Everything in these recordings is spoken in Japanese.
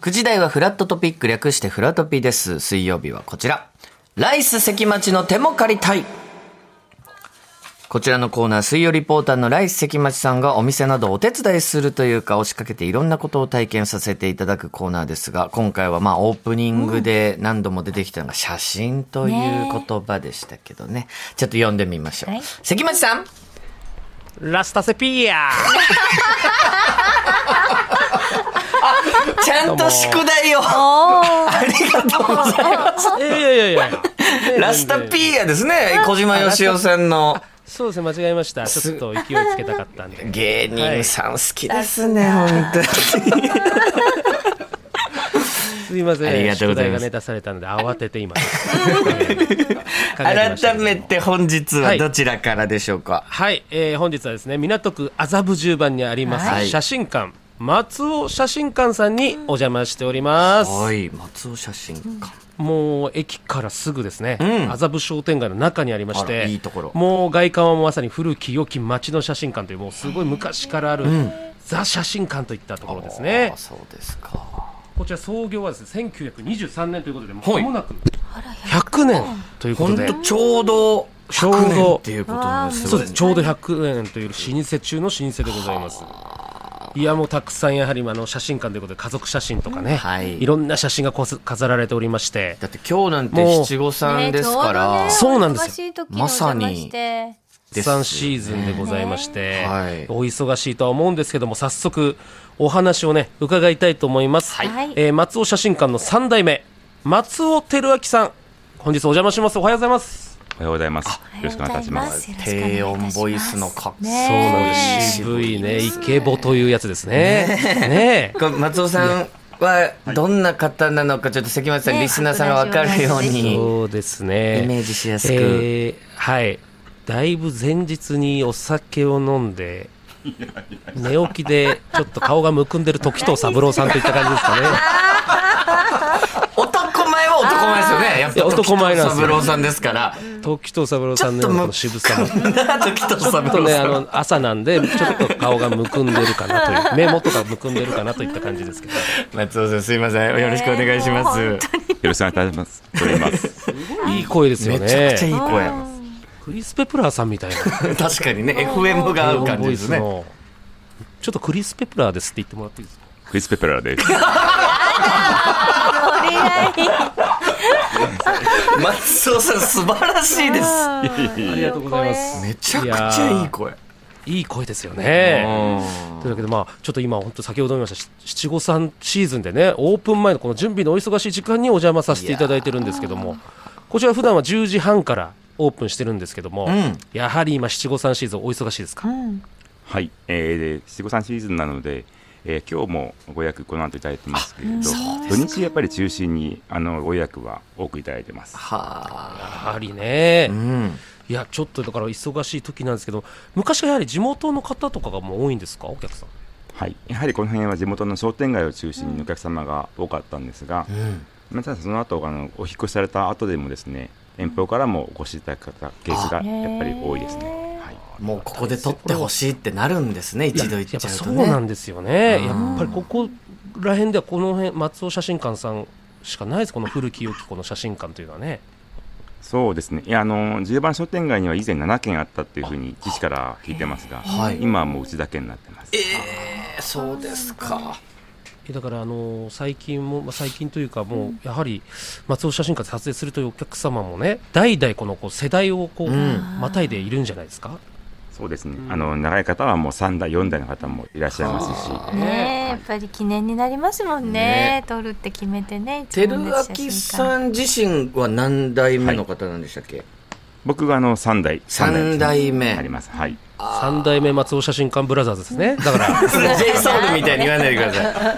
9時台はフラットトピック略してフラトピです。水曜日はこちら。ライス関町の手も借りたい。こちらのコーナー、水曜リポーターのライス関町さんがお店などお手伝いするというか、押しかけていろんなことを体験させていただくコーナーですが、今回はまあオープニングで何度も出てきたのが写真という言葉でしたけどね。ねちょっと読んでみましょう。はい、関町さんラスタセピ アちゃんと宿題を。ありがとうございます。いやいやいやラスタピーヤですね。小島よしおさんの。そうですね、間違えました。ちょっと勢いつけたかったん で。芸人さん好きですね、はい、本当に。すいません。ありがとうございます。出されたので慌てて今。改めて本日はどちらからでしょうか。はい、はい、えー、本日はですね港区麻布十番にあります、はい、写真館。松尾写真館さんにお邪魔しております。はい、松尾写真館。もう駅からすぐですね、麻布、うん、商店街の中にありまして、いいところもう外観はまさに古き良き町の写真館という、もうすごい昔からある、ザ写真館といったところですね。うん、そうですかこちら創業はですね1923年ということで、もう間もなく100年ということで、ちょうどちょうどっていうことなんですね。そうです、ちょうど100年という老舗中の老舗でございます。いやもうたくさんやはりあの写真館ということで家族写真とかね、うんはい、いろんな写真がこ飾られておりましてだって今日なんて七五三ですから、ねね、そうなんですよまさに3シーズンでございまして、はい、お忙しいとは思うんですけども早速お話をね伺いたいと思います、はい、えー、松尾写真館の3代目松尾輝明さん本日お邪魔しますおはようございますおはようございます。よろしくお願いいたします。低音ボイスのかっこ渋いね、イケボというやつですね。ね松尾さんはどんな方なのか、ちょっと関町さん、リスナーさんがわかるように。そうですね。イメージしやすく。はい。だいぶ前日にお酒を飲ん で、寝起きでちょっと顔がむくんでる時藤三郎さんといった感じですかね。男前ですよね。やっぱ男前なんです三郎さんですから。時藤三郎さんのこの渋さも。ちょっとね、あの、朝なんで、ちょっと顔がむくんでるか なという、目元がむくんでるかなといった感じですけど。松尾さん、すいません。よろしくお願いします。よろしくお願いします。 いい声ですよね。めちゃくちゃいい声。クリス・ペプラーさんみたいな。確かにね、FM が合う感じですね。ちょっとクリス・ペプラーですって言ってもらっていいですかクリス・ペプラーです。松尾さん素晴らしいです。ありがとうございます。めちゃくちゃいい声。いい声ですよね。というわけで、まあ、ちょっと今、本当、先ほど言いました、七五三シーズンでね、オープン前のこの準備のお忙しい時間にお邪魔させていただいてるんですけども、こちら、普段は10時半からオープンしてるんですけども、うん、やはり今、七五三シーズン、お忙しいですか、うん、はい、えー、七五三シーズンなので、えー、今日もご予約この後いただいてますけれど、土日やっぱり中心にあのご予約は多くいただいてます。はやはりね、うん、いやちょっとだから忙しい時なんですけど、昔はやはり地元の方とかがもう多いんですかお客さん。はい、やはりこの辺は地元の商店街を中心にお客様が多かったんですが、うん、ただその後あのお引越しされた後でもですね、遠方からもお越しいただく方ケースがやっぱり多いですね。もうここで取ってほしいってなるんですね、一度言っちゃうと、ね、そうなんですよね、うん、やっぱりここら辺では、この辺松尾写真館さんしかないです、この古き良きこの写真館というのはね。そうですねいやあの10番商店街には以前7軒あったというふうに記事から聞いてますが、はい、今はもううちだけになってます。えー、そうですかだからあの最近も、最近というか、もうやはり松尾写真館で撮影するというお客様もね、代々このこう世代をこう、またいでいるんじゃないですか。うんそうですね、うん、あの長い方はもう3代4代の方もいらっしゃいますしね、やっぱり記念になりますもんねね撮るって決めてね照明さん自身は何代目の方なんでしたっけ、はい、僕があの3代3代目ありますはい三代目松尾写真館ブラザーズですねだから ジェイソウルみたいに言わないでくださ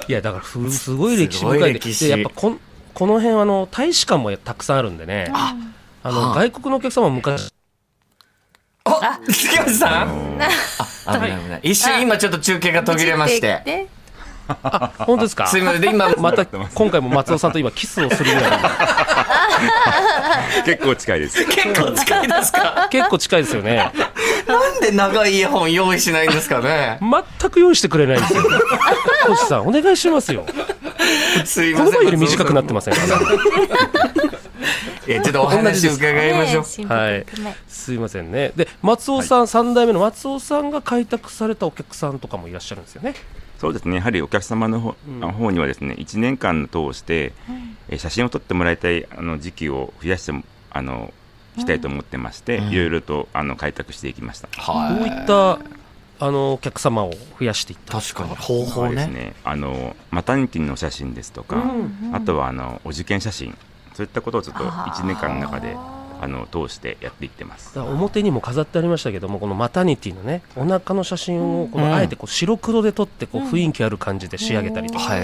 いいやだからすごい歴史深い歴史やっぱここの辺あの大使館もたくさんあるんでね、うんあの、外国のお客様昔。あ、関口さん。あ、危ない危ない。一瞬今ちょっと中継が途切れまして。あ本当ですかすい ませんで今また今回も松尾さんと今キスをするぐらいの結構近 いです。結構近いですか結構近いですよねなんで長いイヤホン用意しないんですか ね全く用意してくれないんですよ星さんお願いしますよすいこまのせん前より短くなってませんかいやちょっとお話伺いましょうはいすいませんねで松尾さん、三代目の松尾さんが開拓されたお客さんとかもいらっしゃるんですよねそうですね、やはりお客様の方,、ん方にはですね、1年間通して、えー写真を撮ってもらいたいあの時期を増やしてもあのいきたいと思ってまして、うんいろいろとあの開拓していきました。どういはったあのお客様を増やしていっいた確かに方そ法うですねね、あのマタニティの写真ですとか、あとはあのお受験写真、そういったことをちょっと1年間の中であの通してやっていってますだ。から表にも飾ってありましたけどもこのマタニティのねお腹の写真をこうんのあえてこう白黒で撮ってこう雰囲気ある感じで仕上げたりとか、へ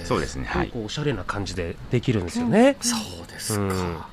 えそうですね、はいこ。うおしゃれな感じでできるんですよね、そうですうかん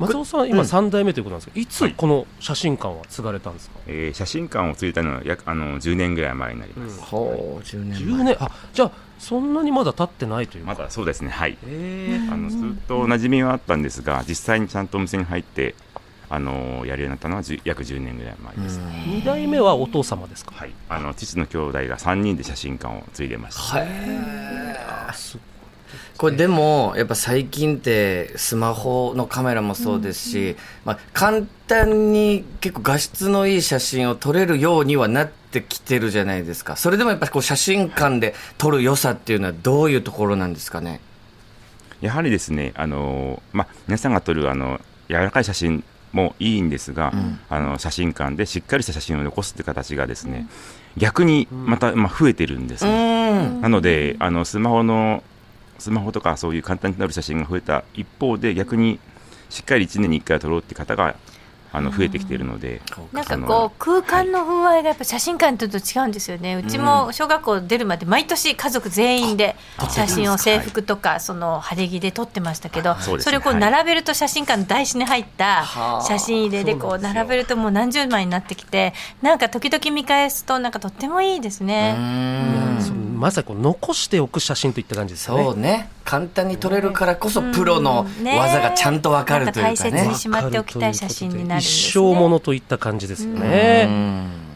松尾さん今3代目ということなんですけどいつこの写真館は継がれたんですか、えー写真館を継いだのは約あの10年ぐらい前になります。ほう10年前10年あじゃあそんなにまだ経ってないというか、まだそうですね、はい。えあのずっと馴染みはあったんですが、実際にちゃんとお店に入って、あのやるようになったのは10約10年ぐらい前です。うん2代目はお父様ですか、はい、あの父の兄弟が3人で写真館を継いでました。へーこれでもやっぱ最近ってスマホのカメラもそうですし、まあ、簡単に結構画質のいい写真を撮れるようにはなってきてるじゃないですかそれでもやっぱこう写真館で撮る良さっていうのはどういうところなんですかねやはりですね、あのまあ、皆さんが撮るあの柔らかい写真もいいんですが、うんあの写真館でしっかりした写真を残すって形がですね、逆にまた、まあ、増えてるんですうね。んなのであのスマホのスマホとかそういう簡単に撮る写真が増えた一方で逆にしっかり1年に1回は撮ろうって方があの増えてきているので、なんかこう空間の風合いがやっぱ写真館とちょっと違うんですよね、うちも小学校出るまで毎年家族全員で写真を制服とかその晴れ着で撮ってましたけど、そうですねそれをこうはい並べると写真館の台紙に入ったはあ写真入れでこう並べるともう何十枚になってきてなんか時々見返すとなんかとってもいいですうね。んそのまさにこう残しておく写真といった感じですよねそうね簡単に撮れるからこそプロの技がちゃんとわかるというかねなんねか大切にしまっておきたい写真になるんですね一生ものといった感じですようね、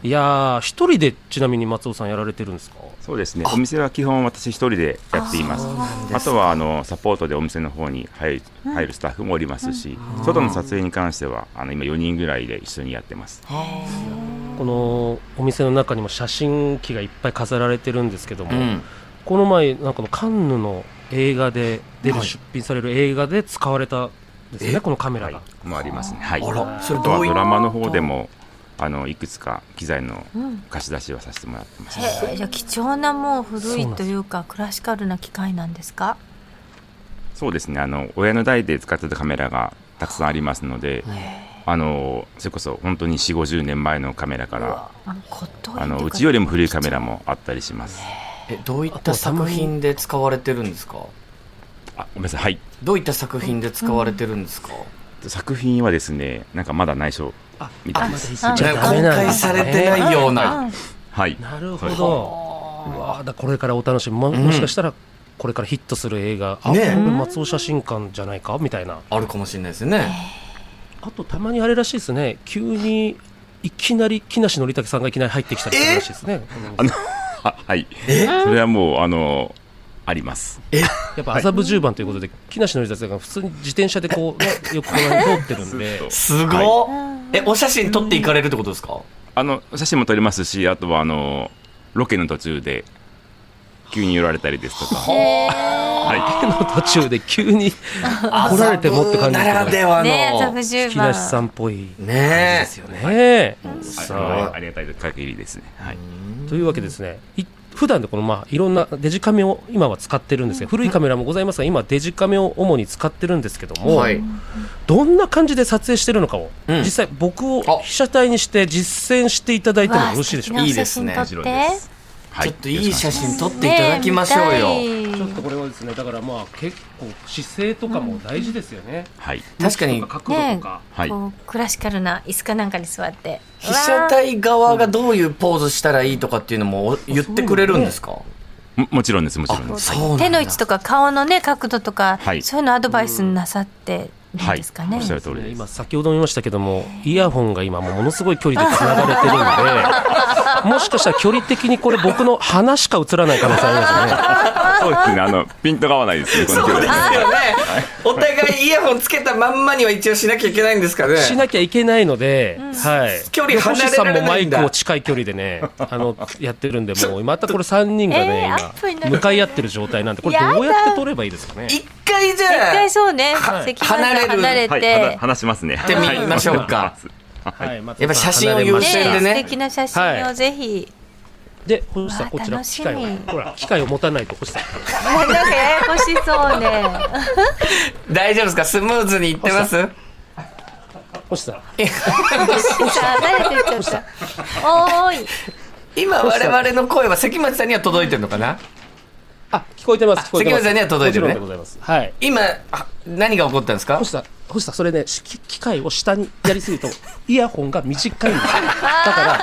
んいやー一人でちなみに松尾さんやられてるんですかそうですねお店は基本私一人でやっていますあとはあのサポートでお店の方に入る入るスタッフもおりますし、外の撮影に関してはあの今4人ぐらいで一緒にやってますこのお店の中にも写真機がいっぱい飾られてるんですけども、うんこの前なんかのカンヌの映画で出るはい出品される映画で使われたんですよね、このカメラが、もありますねはいあらそれあとどはういドうラマの方でもあのいくつか機材の貸し出しはさせてもらってます、へえじゃあ貴重なもう古いというかクラシカルな機械なんですかそうですねあの親の代で使ってたカメラがたくさんありますので、あのそれこそ本当に4 5 0年前のカメラからあの骨董品とかあのうちよりも古いカメラもあったりしますえどういった作品で使われてるんですかあごめんなさいはいどういった作品で使われてるんですか、作品はですねなんかまだ内緒みたいですあまじだゃ一あダ緒メ公なん開ですさねれてないよううんな、はいなるそほうですどうわーだこれからお楽しみもんもしかしたらこれからヒットする映画、あこねれえ松尾写真館じゃないかみたいなあるかもしれないですね。あとたまにあれらしいですね急にいきなり木梨憲武さんがいきなり入ってきたりするらしいですねあのあはいそれはもうあのありますやっぱ麻布十番ということで、木梨憲武さんが普通に自転車で こう、ね、よくこの辺通ってるんですごっ、え、お写真撮っていかれるってことですかあの写真も撮りますしあとはあのロケの途中で急に寄られたりですとかはいの途中で急に来られてもって感じならですけではの。ねえザブねど十木番梨さんっぽいえ。ですよね。あさありがたい限りですねはいあというわけでですねい普段でこのまあいろんなデジカメを今は使ってるんですが古いカメラもございますが今デジカメを主に使ってるんですけども、はい。どんな感じで撮影してるのかを、うん実際僕をあ被写体にして実践していただいてもよろしいでしょうかいいいいでですすねねもちろんですはちょっといい写よろしくお願しま真す撮っていただきましょうよ。ちょっとこれはですねだからまあ結構姿勢とかも大事ですよね、はい確かに、角度とかはいこうクラシカルな椅子かなんかに座って被写体側がどういうポーズしたらいいとかっていうのも言ってくれるんですかももちろんですもちろんですそうなんだ手の位置とか顔のね角度とか、はいそういうのアドバイスなさってるんですかね、はいおっしゃる通りです今先ほども言いましたけどもイヤホンが今もうものすごい距離でつながれてるんでもしかしたら距離的にこれ僕の鼻しか映らない可能性ありますよねそうですねあのピントが合わな いですねこの距離ですよね。お互いイヤホンつけたまんまには一応しなきゃいけないんですからね。しなきゃいけないので、はい。距離離れられないんだ星さんもマイクも近い距離でね、あの、やってるんで、もう、またこれ三人がえねーアップに、な今、る向かい合ってる状態なんで、これどうやって撮ればいいですかね。一回じ一ゃあ回、そうね、はい関離れ離離れれはいて、話話しますねってみましょうか。はい、やっやっぱ写真を優先ねでね素敵な写真はをいぜひ、で、星さん、こちうら、わ楽機しみ械を、ほら、機械を持たないと、星さん。なんかややこしそうね。大丈夫ですかスムーズにいってます星さん。さあ、慣れてっちゃった。 おーい。今我々の声は関町さんには届いてるのかなあ、聞こえてます。聞こえてま関口す。さんには届いてるねもちろんでございます。はい。今、あ何が起こったんですか星さん、星さん、それね、し機機械を下にやりすぎる と、イヤホンが短いんですよ。だから、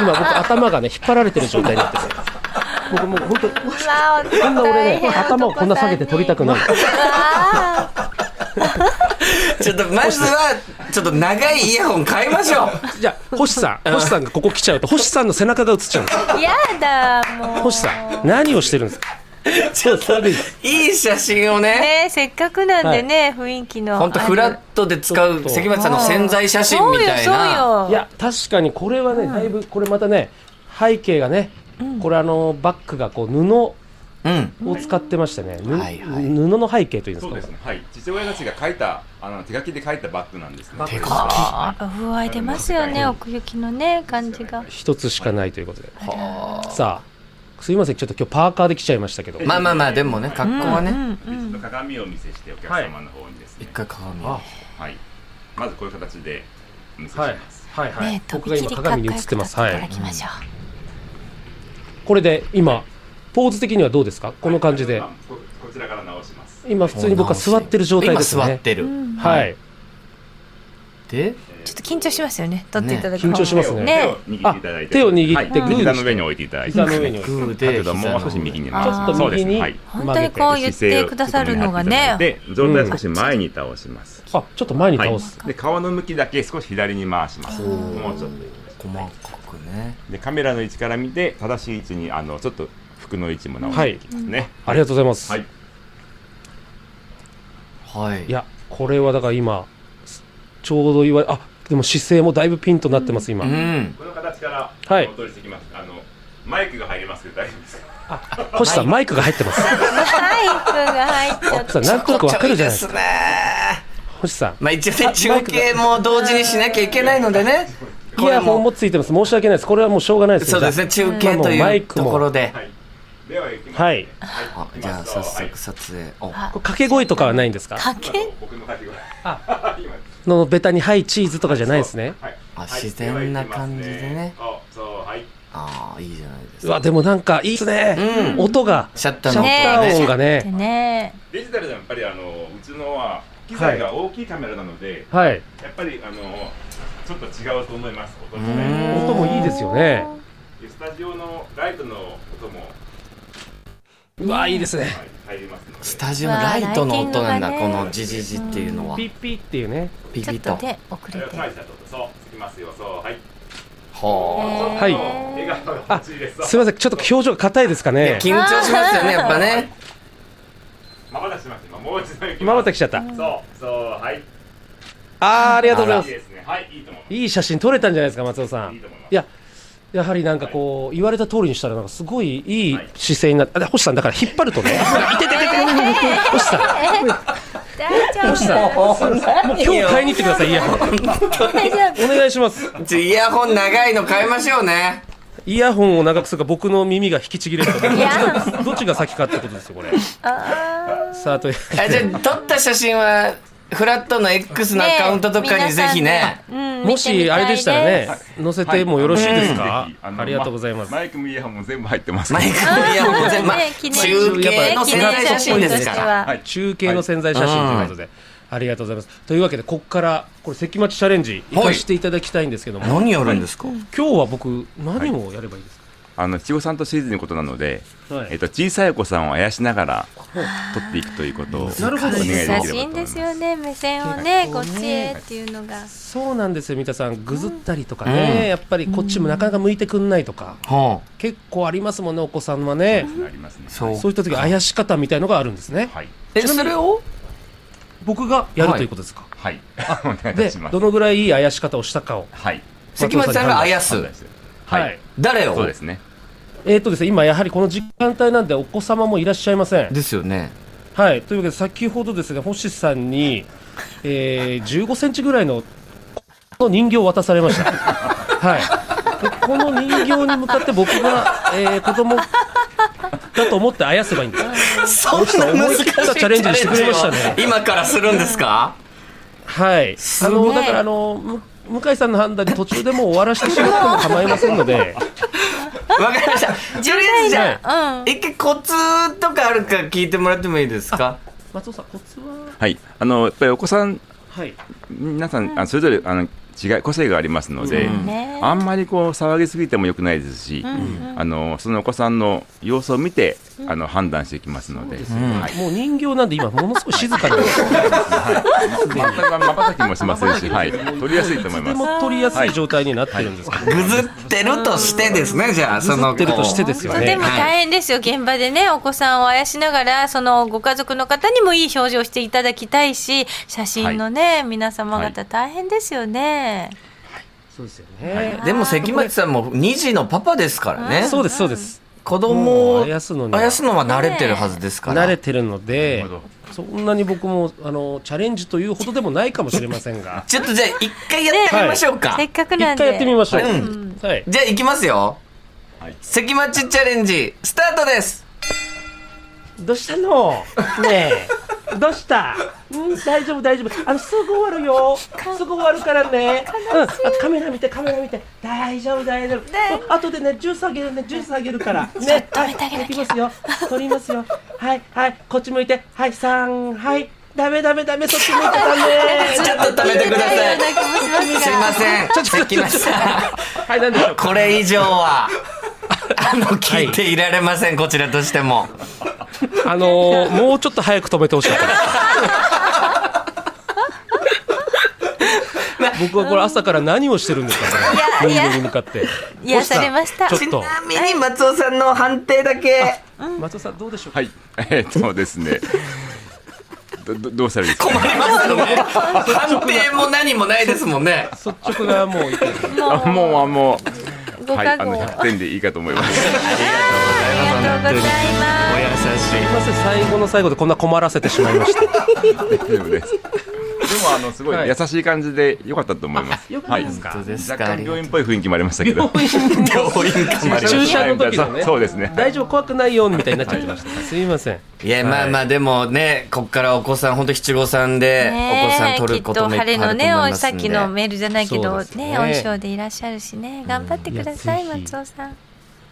今僕、頭がね、引っ張られてる状態になってて。僕もう本当に、うわーこんな俺ね、頭をこんな下げて取りたくない。あちょっとまずは、ちょっと長いイヤホン買いまし ょう。じゃあ、星さん、星さんがここ来ちゃうと、星さんの背中が映っちゃうん ですよ。ーやだもう星さん、何をしてるんですかちょっと悪い。いい写真をね、ね せっかくなんでね、雰囲気のほんとあるフラットで使う関町さんの潜在写真みたいそうよな。そういよや、確かにこれはね、だいぶ、これまたね、背景がね、これあの、バッグがこう、布をうん。使ってましてね、ぬはいはい布の背景というんですそうかで。すねはい父親たちが書いたあの手書きで書いたバッグなんですね手書うわ出ますよね奥行きのね感じが一つしかないということで。さあ、すいません、ちょっと今日パーカーで来ちゃいましたけど。まあまあまあ、でもね、格好はね。鏡をお見せしてお客様の方にですね一回鏡。あはいまずこういう形でお見せしはいます。はいはねい。と僕びが今きりかっこ鏡によ映くってます。撮っはていただい。きましょこれで今、ポーズ的にはどうですかこの感じで。ここちらから直します今普通に僕は座ってる状態ですよ今座っね。てる。はい。で、うちょっと緊張しますよね撮っていただく緊張しますね。ね手を握っていただいてあ手を握ってはグーにい膝の上に置いていただいて膝の上に置いてグーで角度もう少し右にあーちょっと右にはい本当にこう言ってくださるのがねで上体少し前に倒します、あ、ちょっと前に倒す。はい、で顔の向きだけ少し左に回しますもうちょっと細かくね。でカメラの位置から見て正しい位置にあのちょっと服の位置も直していきますね、ありがとうございます。はいい、はい。や、これはだから今、ちょうど言われ、あ、でも姿勢もだいぶピンとなってます、今。うん。この形からはいお取りしてきますあのマイクが入りますけど大丈夫ですか星さん、マイクが入ってます。マイクが入っちゃっ星さん、なんとなくわかるじゃないですすか。ね。星さん。まあ一応ね、中継も同時にしなきゃいけないのでね。イヤホンもついてます。申し訳ないです。これはもうしょうがないですそようですね、じゃ中継とまあもうマいイうクともころで。では行きまあすはい。あじゃあ早速撮影を。これ掛け声とかはないんですかたかけ僕の鍵が今のベタに、はい、チーズとかじゃないですね。はいあはい自然な感じでねは行きますねおそうはいああ、いいじゃないですうか。わ、でもなんかいいですね。音が、シャッターシのャ音がッターね音。がでね。ねデジタルでもやっぱりあのうちのは機材が大きいカメラなので、はい。やっぱりあのちょっと違うと思います音自体ん音もいいですよね。スタジオのライトの音も、はうわ、いいですね。い、入りますのでスタジオのライトの音なんだ、うわこーのジジジっていうのはピ。ッピッっていうね。ピちょっピとと。手遅れてはいはいちょっとそうつきますよそうはいははい。笑顔が欲しいですすみません、ちょっと表情が硬いですかあ。いやね。緊張しますよね、やっぱね。まばたきします今もう一度行きまばたききしちゃった。そうそうはいあー、ありがとうございまいいす。ですねはいいいと思いまいい写真撮れたんじゃないですか、松尾さん。すいいいと思いますや、やはりなんかこう、言われた通りにしたら、なんかすごいいい姿勢になって、あで星さん、だから引っ張るとね、いてててて星さん、大丈星さん、もう今日買いに行ってください、イヤホン。夫大丈夫お願いします。ちょイヤホン長いの買いましょうね。イヤホンを長くするか、僕の耳が引きちぎれるか、やどっちが先かってことですよ、これ。さあ、という あじゃあ撮った写真はフラットの X のアカウントとかにぜひねうんもし、あれでしたらね、載せてもよろしいですかぜひのありがとうございます。マイクもイヤホンも全部入ってますマイクのイヤホン全部まあ中継の潜在写真ですかららはい中継の潜在写真ということで、ありがとうございます。というわけで、ここから、これ、関町チャレンジ、行かせていただきたいんですけども、何やるんですか今日は僕、何をやればいいですか、あの七五三とシーズンのことなので、はいえっと小さいお子さんをあやしながら撮っていくということをお願いできればと思います。難しいんですよね目線をねこっちへっていうのがそうなんですよ、三田さん、ぐずったりとかね、やっぱりこっちもなかなか向いてくんないとか、は結構ありますもんね、お子さんはね、ありますね。あ、そう。そういった時怪し方みたいのがあるんですね、はいえ、それを僕がやるはいということですか、はい。お願いいたでしますど。のぐらいいい怪し方をしたかを、はい。関町さんがあやそうすで。すはい。はい誰をそうですね。えーとですね、今、やはりこの時間帯なんで、お子様もいらっしゃいません。ですよね。はい、というわけで、先ほどですね、星さんに、えー、15センチぐらいのこの人形を渡されました。はい。でこの人形に向かって僕が、えー、子供だと思ってあやせばいいんです。そんな難しいチチャレンジしてくれましたねャレンジを 今からするんですかはい。あすごの、いだから、あの、む向井さんの判断で途中でもう終わらせてしまっても構いませんので、わかりました。とりあえずじゃあ、うん一回コツとかあるか聞いてもらってもいいですか松尾さん、コツは、はい。あのやっぱりお子さんはい。皆さん、あそれぞれあの違い個性がありますので、うんねあんまりこう騒ぎすぎても良くないですし、あのそのお子さんの様子を見て、あの判断していきますので、はいもう人形なんで今、ものすごい静かに。全くまばたきもしませんし、はい、取りやすいと思いでます。も取りやすい状態になってるんですけど、ぐずってるとしてですね、じゃあ、その。ぐずってるとしてですよねでも大変ですよ、現場でね、お子さんをあやしながら、そのご家族の方にもいい表情をしていただきたいし、写真のね、皆様方、大変ですよね。そうですよね。でも関町さんも2児のパパですからね。そうです、そうです。子供をもうああややすすののにはは慣れてるはずですから。、慣れてるのでなるほ、そんなに僕もあのチャレンジというほどでもないかもしれませんがちょっとじゃあ一回やってみましょうか。せっかく一なん回で。やってみましょう。はいはい。じゃあ行きますよ。はい関町チャレンジ、スタートですどうしたのねえ。どうしたうん、大丈夫、大丈夫。あの、すぐ終わるよ。すぐ終わるからね。うん、あカメラ見て、カメラ見て。大丈夫、大丈夫。あとでね、ジュースあげるね、ジュースあげるから。ね、はい、取りますよ。取りますよ。はい、はい、こっち向いて。はい、さん、はい。ダメ、ダメ、ダメ、そっち向いてダメ。 ちょっと止めてください。ような気もしますがすいません。関町さ、はい、なんでしょうんか。これ以上は、あの、聞いていられません、こちらとしても。あの ー、もうちょっと早く止めてほしかったです。僕はこれ朝から何をしてるんですかね。いやい人や間に向かって。癒されました。ちょっちとなみに松尾さんの判定だけ、松尾さんどうでしょうか。はい、えーっとですね、どどどうしたらいいですか。困りますよね。判定も何もないですもんね。率直なもう意見。あもうあもう、ごはい、加あ護のを。 100点でいいかと思います。ありがとうございます。すいません最後の最後でこんな困らせてしまいました。大丈夫です。でもあのすごはいい優しい感じで良かったと思います。よかったですか。そうです若か。干病院っぽい雰囲気もありましたけど。 注射の時のね。そうですね。大丈夫怖くないよみたいになっちゃってました。すいません。いや、まあまあ、でもね、こっからお子さん、本当七五三で、お子さん取ることもいきっっとぱい晴れあるのとね思いおますさっんきで。のメールじゃないけそうどですねね恩賞でいらっしゃるしね頑張ってくださいいやぜひ松尾さん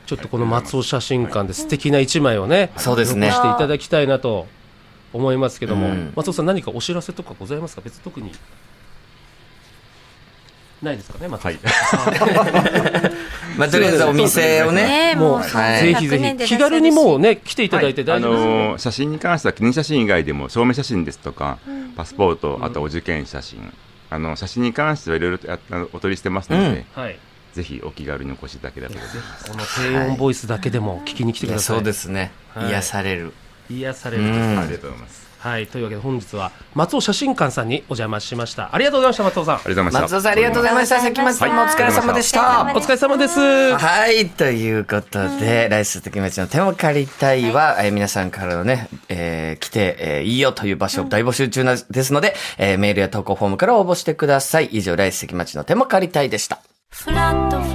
ちょっとこの松尾写真館で素敵な一枚をね、そうですね残していただきたいなと思いますけども、うん松尾さん何かお知らせとかございますか別に特にないですかね松尾さん、はい。まあ、とりあえずお店をね。ねももううそはい ぜひぜひ気軽にもうね来ていただいて大丈夫です、あのー写真に関しては記念写真以外でも証明写真ですとか、パスポートあとお受験写真、あの写真に関してはいろいろとやあのお取りしてますので、うんはいぜひお気軽にお越しいただければと思います。この低音ボイスだけでも聞きに来ていくだやさいそうですね。はい癒される。癒されうる、ありん。がとうございます。はいというわけで本日は松尾写真館さんにお邪魔しましたありがとうございました松尾さんありがとうございました。松尾さん、ありがとうございました。関町さんもお疲れ様でしはいたお疲れ様でした。お疲れ様です、はい、ということで、来週的町の手を借りたいは、えー皆さんからのね、えー来て、えーいいよという場所を大募集中な、ですので、えーメールや投稿フォームから応募してください。以上、来週的町の手も借りたいでした。フラットフ